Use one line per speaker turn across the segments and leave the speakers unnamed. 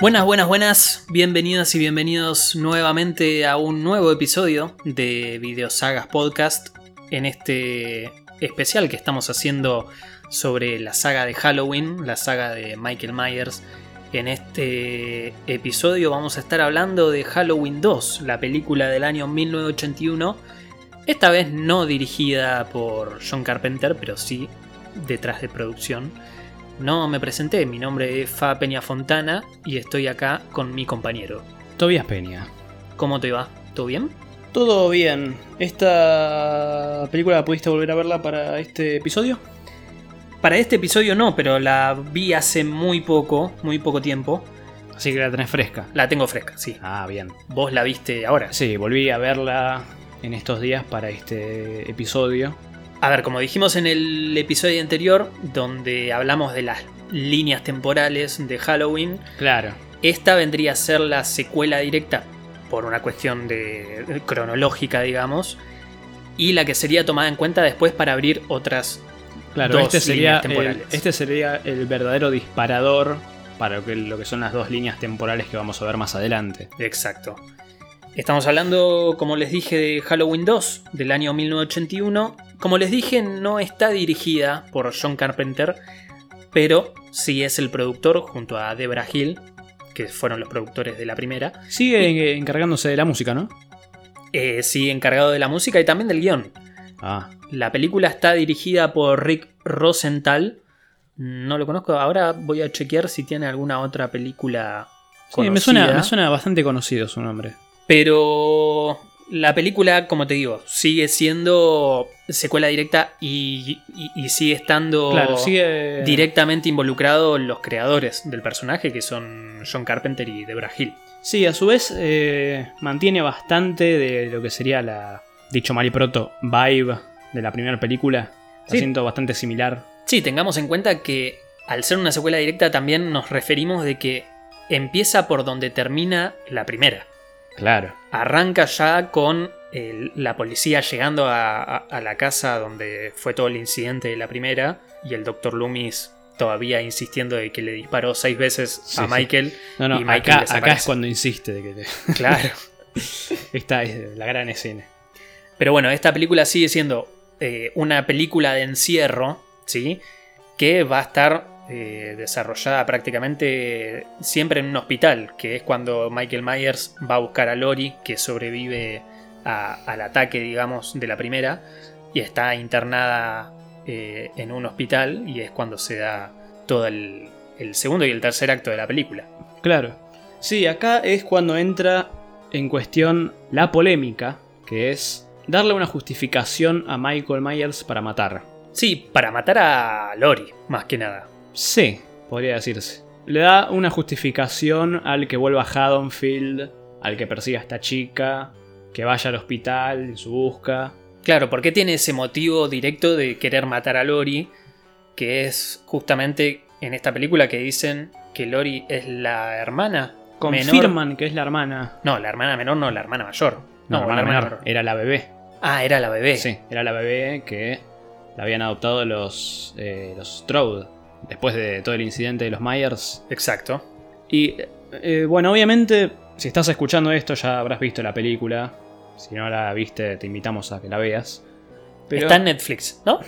Buenas, buenas, buenas. Bienvenidas y bienvenidos nuevamente a un nuevo episodio de Videosagas Podcast. En este especial que estamos haciendo sobre la saga de Halloween, la saga de Michael Myers. En este episodio vamos a estar hablando de Halloween 2, la película del año 1981. Esta vez no dirigida por John Carpenter, pero sí detrás de producción. No me presenté, mi nombre es Fa Peña Fontana y estoy acá con mi compañero.
Tobias Peña.
¿Cómo te va? ¿Todo bien?
Todo bien. ¿Esta película la pudiste volver a verla para este episodio?
Para este episodio no, pero la vi hace muy poco, muy poco tiempo.
Así que la tenés fresca.
La tengo fresca, sí.
Ah, bien.
Vos la viste ahora.
Sí, volví a verla en estos días para este episodio.
A ver, como dijimos en el episodio anterior, donde hablamos de las líneas temporales de Halloween,
Claro.
esta vendría a ser la secuela directa, por una cuestión de, cronológica, digamos, y la que sería tomada en cuenta después para abrir otras
Claro,
Dos
este sería,
líneas
el,
temporales.
este sería el verdadero disparador para lo que, lo que son las dos líneas temporales que vamos a ver más adelante.
Exacto. Estamos hablando, como les dije, de Halloween 2 del año 1981. Como les dije, no está dirigida por John Carpenter, pero sí es el productor junto a Deborah Hill, que fueron los productores de la primera.
Sigue en- encargándose de la música, ¿no?
Eh, sí, encargado de la música y también del guión.
Ah,
La película está dirigida por Rick Rosenthal. No lo conozco. Ahora voy a chequear si tiene alguna otra película.
sí, me suena,
conocida.
me suena bastante conocido su nombre.
Pero la película, como te digo, sigue siendo secuela directa y, y- y sigue estando
Claro, sigue. eh,
directamente involucrados los creadores del personaje, que son John Carpenter y Deborah Hill.
Sí, a su vez eh, mantiene bastante de lo que sería la, dicho mal y pronto, vibe de la primera película. La
Sí.
siento bastante similar.
Sí, tengamos en cuenta que al ser una secuela directa también nos referimos de que empieza por donde termina la primera.
Claro.
Arranca ya con el- la policía llegando a, a- a la casa donde fue todo el incidente de la primera y el doctor Loomis todavía insistiendo de que le disparó seis veces
Sí,
a
sí.
Michael.
No, no,
Y Michael
acá, acá es
desaparece.
cuando insiste de que
Claro.
esta es la gran escena.
Pero bueno, esta película sigue siendo eh, una película de encierro, ¿sí? Que va a estar eh, desarrollada prácticamente siempre en un hospital, que es cuando Michael Myers va a buscar a Lori, que sobrevive a- al ataque, digamos, de la primera, y está internada eh, en un hospital, y es cuando se da todo el, el segundo y el tercer acto de la película.
Claro. Sí, acá es cuando entra en cuestión la polémica, que es darle una justificación a Michael Myers para matar.
Sí, para matar a Lori, más que nada.
Sí, podría decirse. Le da una justificación al que vuelva a Haddonfield, al que persiga a esta chica, que vaya al hospital en su busca.
Claro, porque tiene ese motivo directo de querer matar a Lori, que es justamente en esta película que dicen que Lori es la hermana
Confirman
menor.
que es la hermana.
No, la hermana menor, no, la hermana mayor.
No,
No,
la hermana menor,
menor.
Era la bebé.
Ah, era la bebé.
Sí, era la bebé que la habían adoptado los, eh, los Stroud después de todo el incidente de los Myers.
Exacto.
Y eh, bueno, obviamente, si estás escuchando esto ya habrás visto la película. Si no la viste, te invitamos a que la veas. Pero
Está en Netflix, ¿no?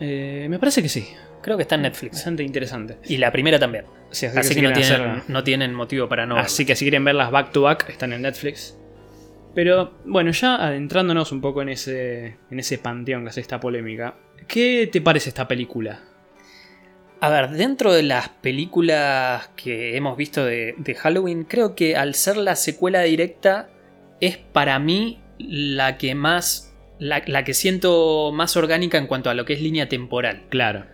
eh, me parece que sí.
Creo que está en Netflix.
Bastante interesante.
Y la primera también.
Sí,
Así,
si
que, no,
quieren
tienen,
hacer-
no tienen motivo para no.
así que si quieren verlas back to back, están en Netflix. Pero bueno, ya adentrándonos un poco en ese, en ese panteón que hace esta polémica, ¿qué te parece esta película?
A ver, dentro de las películas que hemos visto de, de Halloween, creo que al ser la secuela directa es para mí la que más, la, la que siento más orgánica en cuanto a lo que es línea temporal.
Claro.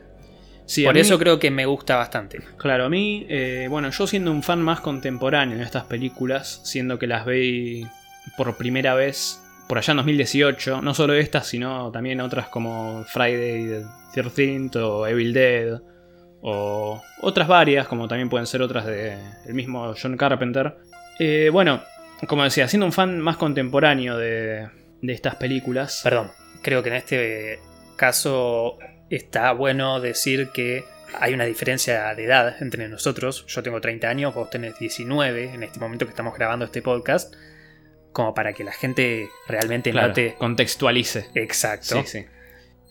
Sí,
Por
a mí-
eso creo que me gusta bastante.
Claro, a mí, eh, bueno, yo siendo un fan más contemporáneo de estas películas, siendo que las vi por primera vez por allá en 2018, no solo estas, sino también otras como Friday the 13th o Evil Dead, o otras varias, como también pueden ser otras del mismo John Carpenter. Eh, bueno, como decía, siendo un fan más contemporáneo de, de estas películas.
Perdón, creo que en este caso está bueno decir que hay una diferencia de edad entre nosotros. Yo tengo 30 años, vos tenés 19 en este momento que estamos grabando este podcast. Como para que la gente realmente
Claro,
note.
contextualice.
Exacto.
Sí, sí.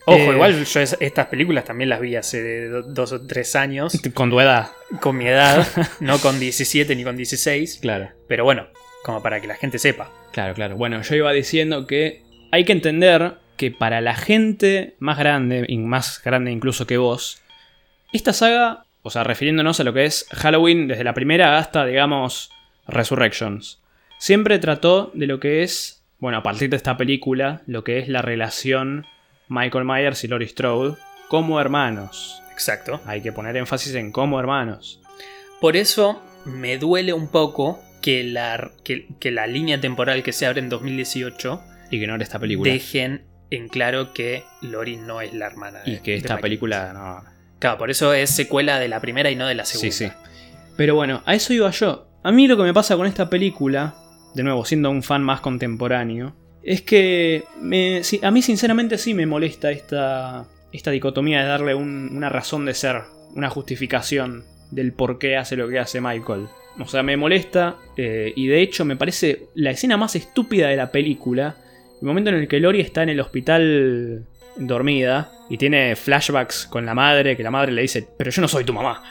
Ojo,
Eh,
igual yo es- estas películas también las vi hace do- dos o tres años,
Con tu edad.
con mi edad, no con 17 ni con 16,
Claro.
pero bueno, como para que la gente sepa.
Claro, claro. Bueno, yo iba diciendo que hay que entender que para la gente más grande, y más grande incluso que vos, esta saga, o sea, refiriéndonos a lo que es Halloween desde la primera hasta, digamos, Resurrections, siempre trató de lo que es, bueno, a partir de esta película, lo que es la relación Michael Myers y Laurie Strode como hermanos.
Exacto.
Hay que poner énfasis en como hermanos.
Por eso me duele un poco que la, que, que la línea temporal que se abre en 2018
Ignora esta película.
dejen en claro que Lori no es la hermana. de-
Y que
de
esta
Michael.
película no,
Claro, por eso es secuela de la primera y no de la segunda.
Sí, sí. Pero bueno, a eso iba yo. A mí lo que me pasa con esta película, de nuevo, siendo un fan más contemporáneo, es que me- sí, a mí sinceramente sí me molesta esta, esta dicotomía de darle un- una razón de ser, una justificación del por qué hace lo que hace Michael. O sea, me molesta eh, y de hecho me parece la escena más estúpida de la película, el momento en el que Lori está en el hospital dormida y tiene flashbacks con la madre, que la madre le dice, pero yo no soy tu mamá.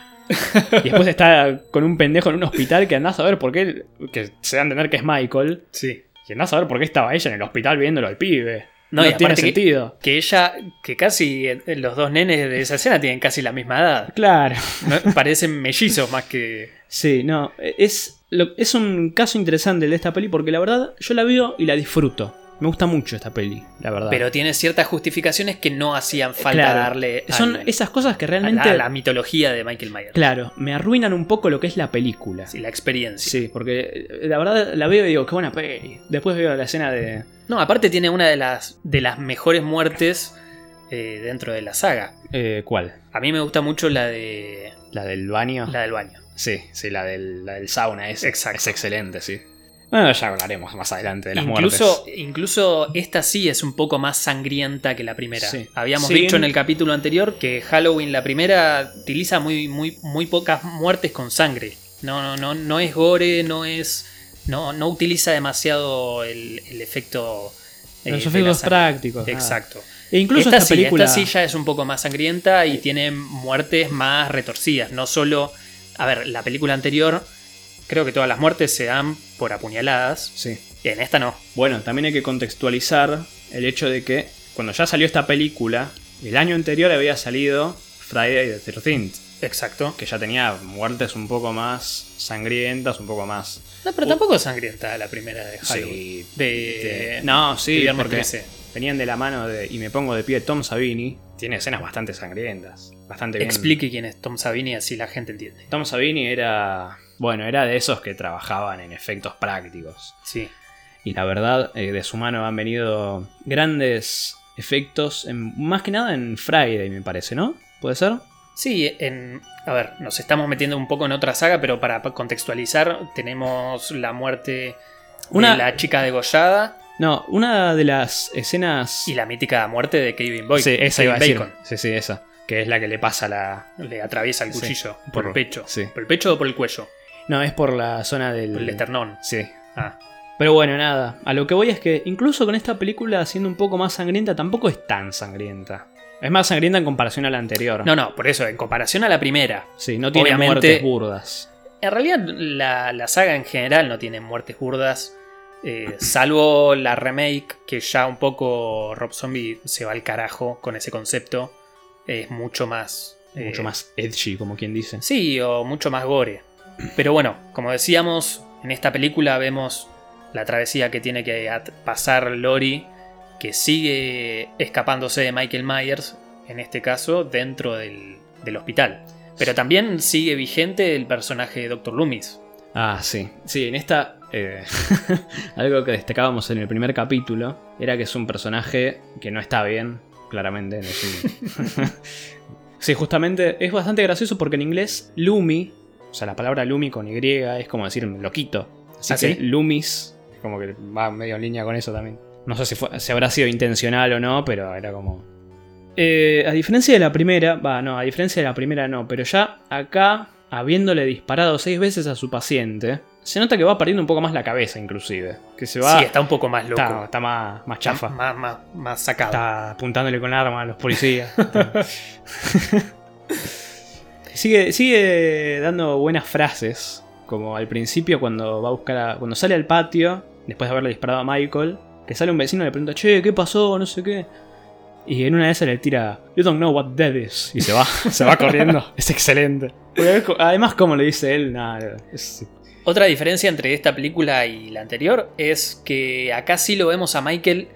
y después está con un pendejo en un hospital que andás a ver por qué, que se da a entender que es Michael,
Sí.
y andás a ver por qué estaba ella en el hospital viéndolo al pibe.
No,
No,
y
tiene
aparte que-
sentido.
Que ella, que casi eh, los dos nenes de esa escena tienen casi la misma edad.
Claro.
No, Parecen mellizos más que.
Sí, no, e-, es, lo- es un caso interesante el de esta peli porque la verdad yo la veo y la disfruto. Me gusta mucho esta peli, la verdad.
Pero tiene ciertas justificaciones que no hacían falta
Claro.
darle al-
son esas cosas que
a, la-
realmente...
a la mitología de Michael Myers.
Claro, me arruinan un poco lo que es la película.
Sí, la experiencia.
Sí, porque eh, la verdad la veo y digo, qué buena peli. Después veo la escena de...
No, aparte tiene una de las, de las mejores muertes eh, dentro de la saga.
eh, ¿Cuál?
A mí me gusta mucho la de.
¿La del baño?
la del baño.
Sí, sí, la del, la del sauna es,
Exacto.
es excelente, sí. Bueno, ya hablaremos más adelante de las
Incluso,
muertes.
incluso esta sí es un poco más sangrienta que la primera.
Sí.
Habíamos
Sí.
dicho en el capítulo anterior que Halloween, la primera, utiliza muy, muy, muy pocas muertes con sangre. No, no, no, no es gore, no es. No, no utiliza demasiado el, el efecto. eh,
Los
de la
efectos
sangre.
prácticos. nada.
Exacto.
E incluso esta,
sí,
película...
esta sí ya es un poco más sangrienta y tiene muertes más retorcidas. No solo. A ver, la película anterior, creo que todas las muertes se dan por apuñaladas.
Sí.
En esta no.
Bueno, también hay que contextualizar el hecho de que cuando ya salió esta película, el año anterior había salido Friday the 13th,
Exacto.
que ya tenía muertes un poco más sangrientas, un poco más...
No, pero tampoco es sangrienta la primera de Halloween.
Uh. Sí.
De-
eh, no, sí,
de Viernes
porque
13.
venían de la mano de y me pongo de pie Tom Savini. Tiene escenas bastante sangrientas, bastante bien.
Explique quién es Tom Savini así la gente entiende.
Tom Savini era, bueno, era de esos que trabajaban en efectos prácticos.
Sí.
Y la verdad, eh, de su mano han venido grandes efectos, en- más que nada en Friday, me parece, ¿no? ¿Puede ser?
Sí, en. A ver, nos estamos metiendo un poco en otra saga, pero para contextualizar, tenemos la muerte
Una-
de la chica degollada
No, una de las escenas...
y la mítica muerte de Kevin Boy.
Sí, esa iba a
Kevin
decir. Sí, sí, esa. Que es la que le pasa la...
Le atraviesa el
Sí,
cuchillo por
por-
el pecho.
sí.
¿Por el pecho o por el cuello?
No, es por la zona del...
Por el esternón.
Sí,
Ah,
Pero bueno, nada, a lo que voy es que incluso con esta película siendo un poco más sangrienta, tampoco es tan sangrienta. Es más sangrienta en comparación a la anterior.
No, no, por eso, en comparación a la primera.
sí, no tiene
Obviamente-
muertes burdas.
En realidad, la, la saga en general no tiene muertes burdas. eh, salvo la remake, que ya un poco Rob Zombie se va al carajo con ese concepto. Es mucho más. eh,
Mucho más edgy, como quien dice.
Sí, o mucho más gore. Pero bueno, como decíamos, en esta película vemos la travesía que tiene que at- pasar Lori, que sigue escapándose de Michael Myers, en este caso, dentro del, del hospital. Pero también sigue vigente el personaje de Dr. Loomis.
Ah, sí. Sí, en esta... eh, algo que destacábamos en el primer capítulo era que es un personaje que no está bien, claramente. en el cine. sí, justamente es bastante gracioso porque en inglés Lumi, o sea, la palabra Lumi con Y es como decir loquito. Así
¿Ah,
que
sí?
Loomis, como que va medio en línea con eso también. No sé si, fue- si habrá sido intencional o no, pero era como... eh, a diferencia de la primera, va, no, a diferencia de la primera no, pero ya acá, habiéndole disparado seis veces a su paciente, se nota que va perdiendo un poco más la cabeza, inclusive. Que se va.
Sí, está un poco más loco.
está, está más, más
Está
chafa.
Más, más- más sacado.
Está apuntándole con arma a los policías. sigue, sigue dando buenas frases. Como al principio, cuando va a buscar a- Cuando sale al patio, después de haberle disparado a Michael, que sale un vecino y le pregunta, che, ¿qué pasó? No sé qué. Y en una de esas le tira, You don't know what that is. Y se va, se va corriendo. Es excelente. Porque Además, como le dice él, nada. es-
Otra diferencia entre esta película y la anterior es que acá sí lo vemos a Michael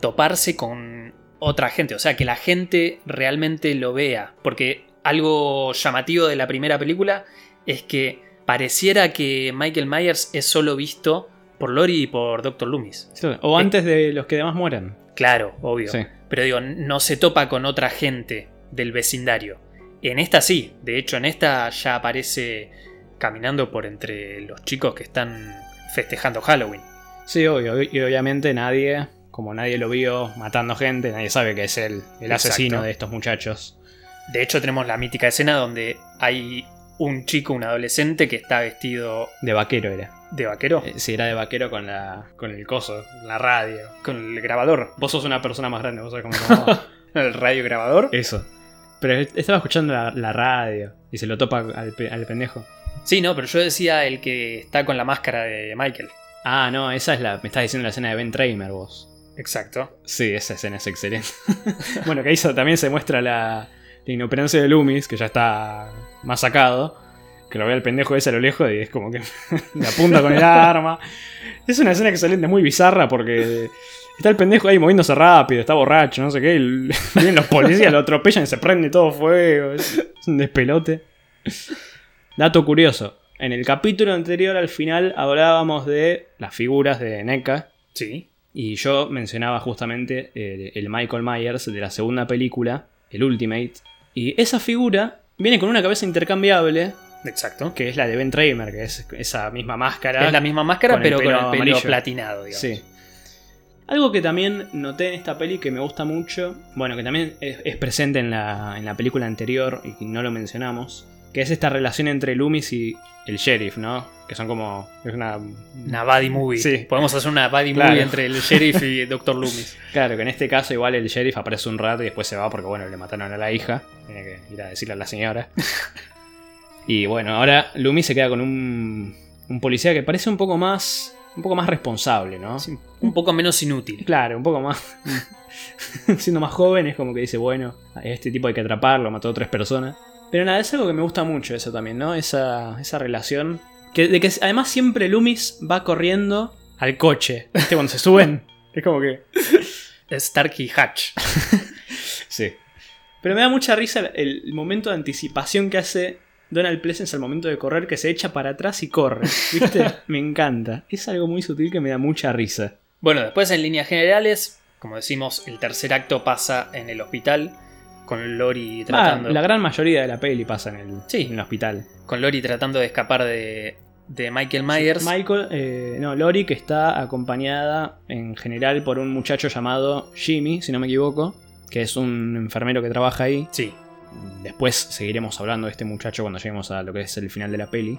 toparse con otra gente, o sea, que la gente realmente lo vea, porque algo llamativo de la primera película es que pareciera que Michael Myers es solo visto por Lori y por Dr. Loomis.
O antes de los que demás mueran.
Claro, obvio.
Sí.
Pero digo, no se topa con otra gente del vecindario. En esta sí, de hecho en esta ya aparece caminando por entre los chicos que están festejando Halloween.
Sí, obvio. Y obviamente nadie, como nadie lo vio matando gente, nadie sabe que es él, el
Exacto.
asesino de estos muchachos.
De hecho tenemos la mítica escena donde hay un chico, un adolescente que está vestido
De vaquero era.
de vaquero
Eh, Sí, era de vaquero con la con el coso, la radio.
con el grabador,
Vos sos una persona más grande, vos sabés cómo se llama.
el radio grabador.
Eso. Pero est- estaba escuchando la, la radio y se lo topa al, pe- al pendejo.
Sí, no, pero yo decía el que está con la máscara de Michael.
Ah, no, esa es la. Me estás diciendo la escena de Ben Tramer vos.
Exacto.
Sí, esa escena es excelente. bueno, que ahí so- también se muestra la, la inoperancia de Loomis, que ya está más sacado. Que lo ve el pendejo ese a lo lejos y es como que le apunta con el arma. Es una escena excelente, muy bizarra porque está el pendejo ahí moviéndose rápido, está borracho, no sé qué. y l- vienen los policías, lo atropellan y se prende todo fuego. Es es un despelote. Dato curioso. En el capítulo anterior, al final, hablábamos de las figuras de NECA.
Sí.
Y yo mencionaba justamente eh, el, el Michael Myers de la segunda película, el Ultimate. Y esa figura viene con una cabeza intercambiable,
Exacto.
que es la de Ben Tramer, que es esa misma máscara.
Es la misma máscara,
Con el
pero con el
pelo
pelo
amarillo.
platinado, digamos.
Sí. Algo que también noté en esta peli que me gusta mucho, bueno, que también es, es presente en la, en la película anterior y no lo mencionamos, que es esta relación entre Loomis y el sheriff, ¿no? Que son como... Es una...
Una buddy movie.
Sí.
Podemos hacer una buddy
Claro.
movie entre el sheriff y Dr. Loomis.
Claro, que en este caso igual el sheriff aparece un rato y después se va porque, bueno, le mataron a la hija. Tiene que ir a decirle a la señora. y bueno, ahora Lumi se queda con un, un policía que parece un poco más un poco más responsable, ¿no?
Sí, Un poco menos inútil.
Claro, un poco más. Siendo más joven es como que dice, bueno, a este tipo hay que atraparlo, mató a tres personas. Pero nada, es algo que me gusta mucho eso también, ¿no? Esa, esa relación. Que, de que además siempre Loomis va corriendo al coche. ¿Viste? Cuando se suben. es como que.
Stark y Hatch.
Sí. Pero me da mucha risa el, el momento de anticipación que hace Donald Pleasence al momento de correr, que se echa para atrás y corre. ¿Viste? me encanta. Es algo muy sutil que me da mucha risa.
Bueno, después en líneas generales, como decimos, el tercer acto pasa en el hospital con Lori
Ah,
tratando,
la gran mayoría de la peli pasa en el,
Sí.
en el hospital.
con Lori tratando de escapar de, de Michael Myers.
Michael, eh, no, Lori, que está acompañada en general por un muchacho llamado Jimmy, si no me equivoco, que es un enfermero que trabaja ahí.
Sí.
Después seguiremos hablando de este muchacho cuando lleguemos a lo que es el final de la peli.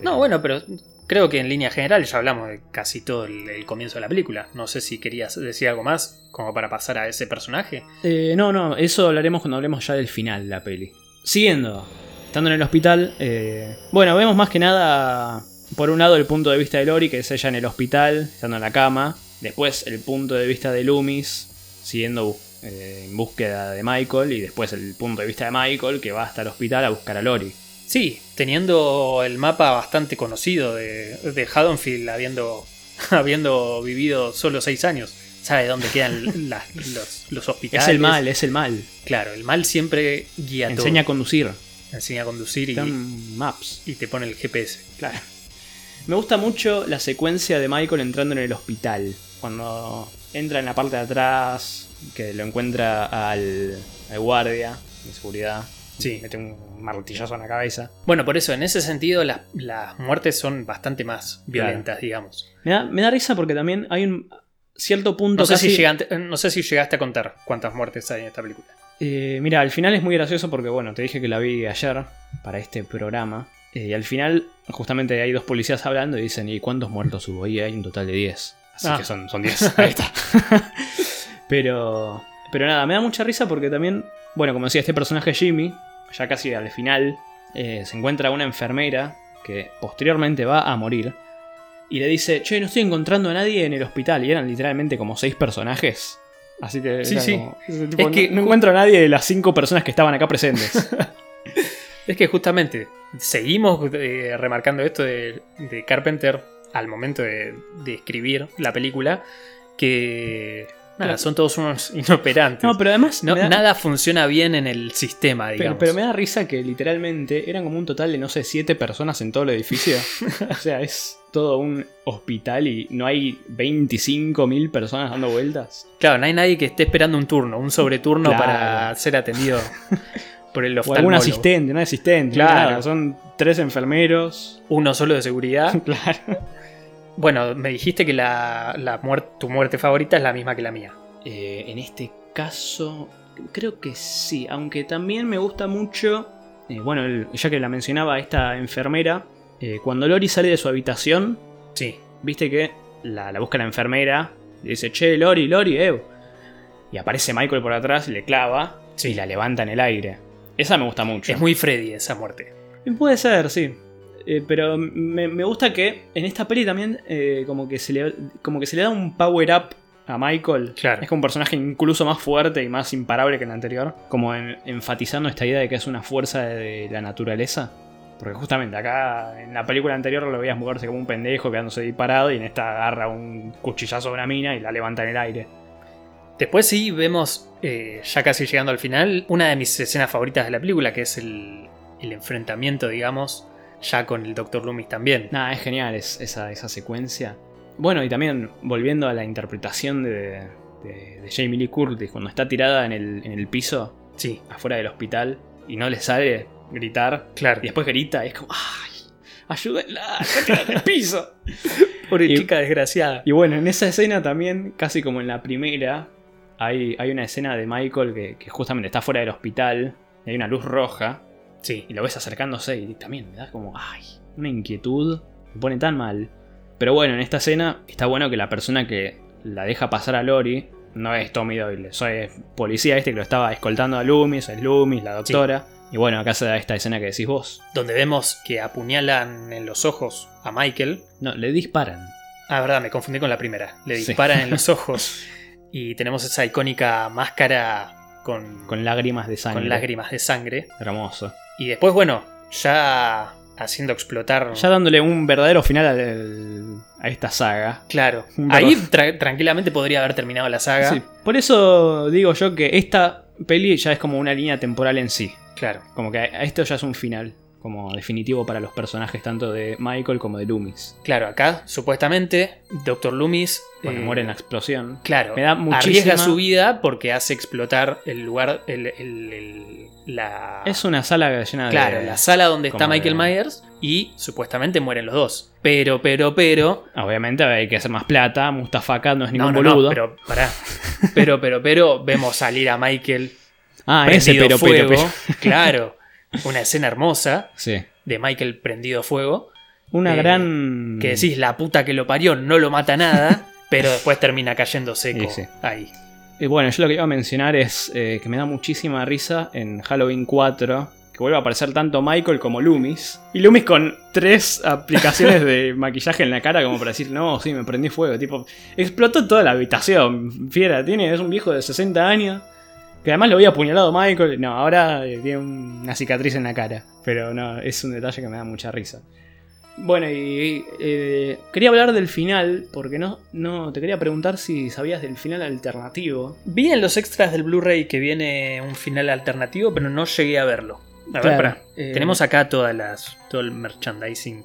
No, bueno, pero creo que en líneas generales ya hablamos de casi todo el, el comienzo de la película. No sé si querías decir algo más, como para pasar a ese personaje.
Eh, no, no, eso hablaremos cuando hablemos ya del final de la peli. Siguiendo, estando en el hospital, eh, bueno, vemos más que nada, por un lado, el punto de vista de Lori, que es ella en el hospital, estando en la cama. Después, el punto de vista de Loomis, siguiendo bu- eh, en búsqueda de Michael. Y después, el punto de vista de Michael, que va hasta el hospital a buscar a Lori.
Sí, teniendo el mapa bastante conocido de, de Haddonfield, habiendo, habiendo vivido solo seis años, sabe dónde quedan las- los, los hospitales.
Es el mal, es el mal.
Claro, el mal siempre guía todo.
Enseña a conducir.
Enseña a conducir y,
Están maps.
y te pone el GPS.
Claro. Me gusta mucho la secuencia de Michael entrando en el hospital. Cuando entra en la parte de atrás, que lo encuentra al, al guardia de seguridad.
Sí.
Mete un martillazo en la cabeza.
Bueno, por eso, en ese sentido, las, las muertes son bastante más violentas, digamos.
Me da, me da risa porque también hay un cierto punto
No sé,
casi...
si llegan- no sé si llegaste a contar cuántas muertes hay en esta película.
Eh, mira, al final es muy gracioso porque, bueno, te dije que la vi ayer para este programa. eh, y al final, justamente hay dos policías hablando y dicen, ¿y cuántos muertos hubo? Y hay un total de 10. Así
Ah.
que son, son 10. Ahí está. pero, pero nada, me da mucha risa porque también, bueno, como decía, este personaje Jimmy, ya casi al final, eh, se encuentra una enfermera que posteriormente va a morir. Y le dice, che, no estoy encontrando a nadie en el hospital. Y eran literalmente como seis personajes. Así que...
Sí,
era
sí.
como- Tipo,
Es que-
no, no encuentro a nadie de las cinco personas que estaban acá presentes.
Es que justamente seguimos eh, remarcando esto de, de Carpenter al momento de, de escribir la película, que nada,
Claro.
son todos unos inoperantes.
no, pero además...
No,
me da-
nada funciona bien en el sistema,
pero,
digamos.
pero me da risa que literalmente eran como un total de, no sé, siete personas en todo el edificio. o sea, es todo un hospital y no hay 25.000 personas dando vueltas.
Claro, no hay nadie que esté esperando un turno, un sobreturno
Claro.
para ser atendido por el
O algún
oftalmólogo.
asistente, un asistente.
Claro.
Claro, Ah. son tres enfermeros.
Uno solo de seguridad.
claro.
Bueno, me dijiste que la, la muer- tu muerte favorita es la misma que la mía.
Eh, en este caso, creo que sí. Aunque también me gusta mucho. eh, bueno, el- ya que la mencionaba esta enfermera. eh, cuando Lori sale de su habitación,
Sí.
viste que la, la busca la enfermera. Le dice, che, Lori, Lori, Ew. Y aparece Michael por atrás, le clava y la levanta en el aire. Esa me gusta mucho.
Es muy Freddy esa muerte.
Puede ser, sí. Eh, pero me, me gusta que en esta peli también eh, como, que se le, como que se le da un power up a Michael.
Claro.
Es como un personaje incluso más fuerte y más imparable que el anterior. Como en- enfatizando esta idea de que es una fuerza de, de la naturaleza. Porque justamente acá en la película anterior lo veías moverse como un pendejo quedándose disparado y en esta agarra un cuchillazo de una mina y la levanta en el aire.
Después sí vemos, eh, ya casi llegando al final, una de mis escenas favoritas de la película, que es el, el enfrentamiento, digamos, ya con el Dr. Loomis también.
Nada, es genial es- esa, esa secuencia. Bueno, y también volviendo a la interpretación de, de- de Jamie Lee Curtis, cuando está tirada en el, en el piso,
Sí,
afuera del hospital, y no le sale gritar,
claro.
y después grita, y es como, ¡ay! ¡Ayúdenla! ¡Está tirada en el piso!
Pobre
y-
chica desgraciada.
Y bueno, en esa escena también, casi como en la primera, hay, hay una escena de Michael que, que justamente está fuera del hospital, y hay una luz roja,
Sí.
y lo ves acercándose y también me da como, ay, una inquietud, me pone tan mal. Pero bueno, en esta escena está bueno que la persona que la deja pasar a Lori no es Tommy Doyle, soy el policía este que lo estaba escoltando a Loomis, es Loomis, la doctora. Y bueno, acá se da esta escena que decís vos.
Donde vemos que apuñalan en los ojos a Michael.
No, le disparan.
Ah, verdad, me confundí con la primera. Le
Sí.
disparan en los ojos. Y tenemos esa icónica máscara con,
Con lágrimas de sangre.
con lágrimas de sangre.
Hermoso.
Y después, bueno, ya haciendo explotar.
Ya dándole un verdadero final al- a esta saga.
Claro.
Un
Ahí
barro.
tra- tranquilamente podría haber terminado la saga.
Sí, Por eso digo yo que esta peli ya es como una línea temporal en sí.
Claro.
Como que a- esto ya es un final, como definitivo para los personajes tanto de Michael como de Loomis.
Claro, acá supuestamente Dr. Loomis.
Bueno,
eh,
muere en la explosión.
Claro,
Me da
arriesga
muchísima-
su vida porque hace explotar el lugar. El, el- el- la...
Es una sala llena
Claro,
de...
la sala donde está
como
Michael
de-
Myers y supuestamente mueren los dos. Pero, pero, pero.
Obviamente hay que hacer más plata, Mustafa acá no es
No,
ningún
no, no,
boludo.
pero pará. Pero, pero, pero, vemos salir a Michael
Ah, ese
prendido
pero, pero,
fuego.
pero.
Claro, una escena hermosa
Sí.
de Michael prendido fuego.
Una
Eh,
gran...
Que decís, la puta que lo parió no lo mata nada, pero después termina cayendo seco.
Y sí.
Ahí.
Eh, bueno, yo lo que iba a mencionar es eh, que me da muchísima risa en Halloween 4, que vuelve a aparecer tanto Michael como Loomis. Y Loomis con tres aplicaciones de maquillaje en la cara como para decir, no, sí, me prendí fuego. Tipo, explotó toda la habitación, fiera. Tiene, es un viejo de 60 años, que además lo había apuñalado Michael. No, ahora eh, tiene una cicatriz en la cara. Pero no, es un detalle que me da mucha risa. Bueno, y eh, quería hablar del final, porque no, no, te quería preguntar si sabías del final alternativo.
Vi en los extras del Blu-ray que viene un final alternativo, pero no llegué a verlo. A ver,
Claro,
pará.
eh,
Tenemos acá todas las, todo el merchandising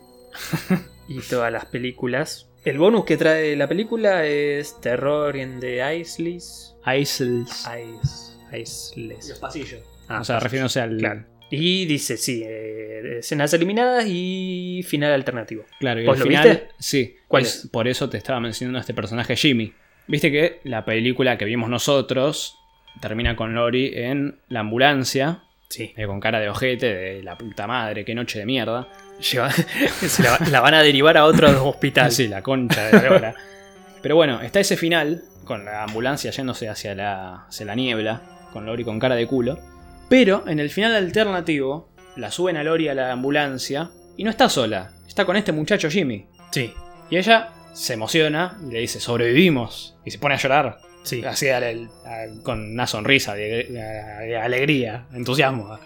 y todas las películas. El bonus que trae la película es Terror in the Isles.
Isles.
Is- Isles.
pasillos.
Ah,
o sea, refiriéndose al.
Claro. Y dice, sí, eh, escenas eliminadas y final alternativo.
Claro, y
¿Vos
al
lo
final.
viste?
Sí.
¿Cuál es?
Por eso te estaba mencionando a este personaje Jimmy. Viste que la película que vimos nosotros termina con Lori en la ambulancia,
Sí.
eh, con cara de ojete, de la puta madre, qué noche de mierda.
Lleva- se la, la van a derivar a otro hospital.
Así, Ah, la concha de la hora. Pero bueno, está ese final, con la ambulancia yéndose hacia la, hacia la niebla, con Lori con cara de culo. Pero en el final alternativo, la suben a Lori a la ambulancia y no está sola, está con este muchacho Jimmy.
Sí,
Y ella se emociona y le dice, sobrevivimos. Y se pone a llorar,
sí.
así al- al- al- con una sonrisa de, de- de alegría, entusiasmo.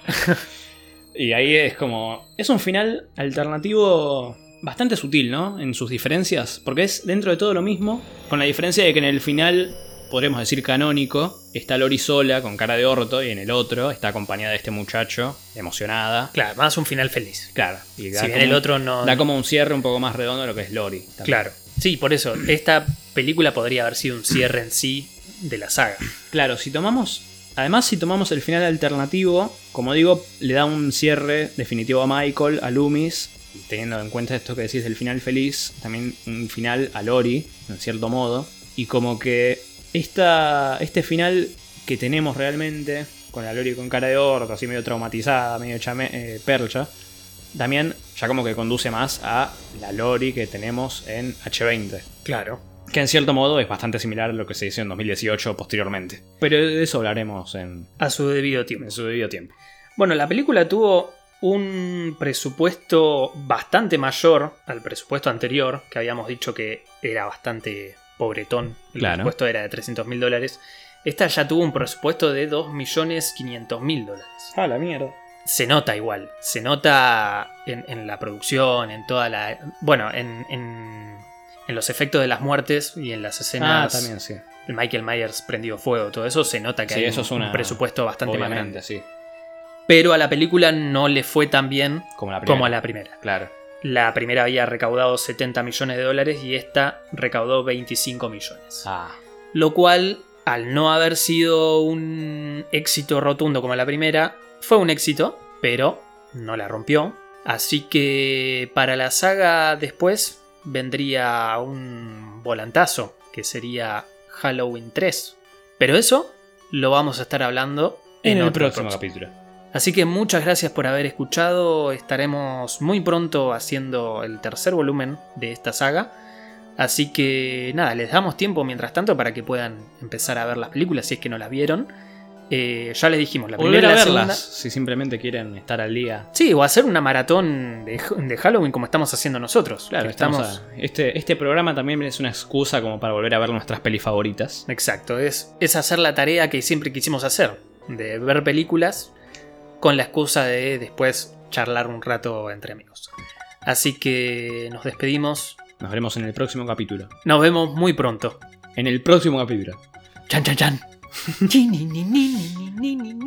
y ahí es como... Es un final alternativo bastante sutil, ¿no? En sus diferencias, porque es dentro de todo lo mismo, con la diferencia de que en el final... Podríamos decir canónico, está Lori sola con cara de orto y en el otro está acompañada de este muchacho, emocionada.
Claro, más un final feliz.
Claro, y da
Si bien
como
el
un-
otro no.
Da como un cierre un poco más redondo de lo que es Lori. también.
Claro. Sí, por eso. Esta película podría haber sido un cierre en sí de la saga.
Claro, si tomamos. Además, si tomamos el final alternativo, como digo, le da un cierre definitivo a Michael, a Loomis, y teniendo en cuenta esto que decís del final feliz, también un final a Lori, en cierto modo. Y como que esta, este final que tenemos realmente, con la Lori con cara de orto, así medio traumatizada, medio chame- eh, percha, también ya como que conduce más a la Lori que tenemos en H20
Claro.
que en cierto modo es bastante similar a lo que se hizo en 2018 posteriormente. Pero de eso hablaremos en,
A su debido tiempo.
en su debido tiempo.
Bueno, la película tuvo un presupuesto bastante mayor al presupuesto anterior, que habíamos dicho que era bastante pobretón. El
Claro.
presupuesto era de 300 mil dólares. Esta ya tuvo un presupuesto de 2.500.000 dólares.
Ah, la mierda.
Se nota igual, se nota en, en la producción, en toda la... Bueno, en, en- en los efectos de las muertes y en las
Ah,
escenas...
sí.
el Michael Myers prendido fuego, todo eso, se nota que
Sí,
hay
eso
un,
es una-
un presupuesto bastante más grande
Obviamente, sí.
pero a la película no le fue tan bien
Como la primera.
como a la primera.
Claro.
La primera había recaudado 70 millones de dólares y esta recaudó 25 millones.
Ah,
Lo cual, al no haber sido un éxito rotundo como la primera, fue un éxito, pero no la rompió. Así que para la saga después vendría un volantazo, que sería Halloween 3. Pero eso lo vamos a estar hablando
en, el
otro
próximo, capítulo.
Así que muchas gracias por haber escuchado. Estaremos muy pronto haciendo el tercer volumen de esta saga. Así que nada, les damos tiempo mientras tanto para que puedan empezar a ver las películas si es que no las vieron. Eh, ya les dijimos, la
Volver
primera
a
y la
verlas
segunda.
si simplemente quieren estar al día.
Sí, o hacer una maratón de, de Halloween como estamos haciendo nosotros.
Claro,
Que
estamos. a- este, este programa también es una excusa como para volver a ver nuestras pelis favoritas.
Exacto, es, es hacer la tarea que siempre quisimos hacer, de ver películas con la excusa de después charlar un rato entre amigos. Así que nos despedimos,
Nos veremos en el próximo capítulo.
nos vemos muy pronto.
En el próximo capítulo.
Chan, chan, chan. Ni, ni, ni, ni, ni, ni, ni, ni.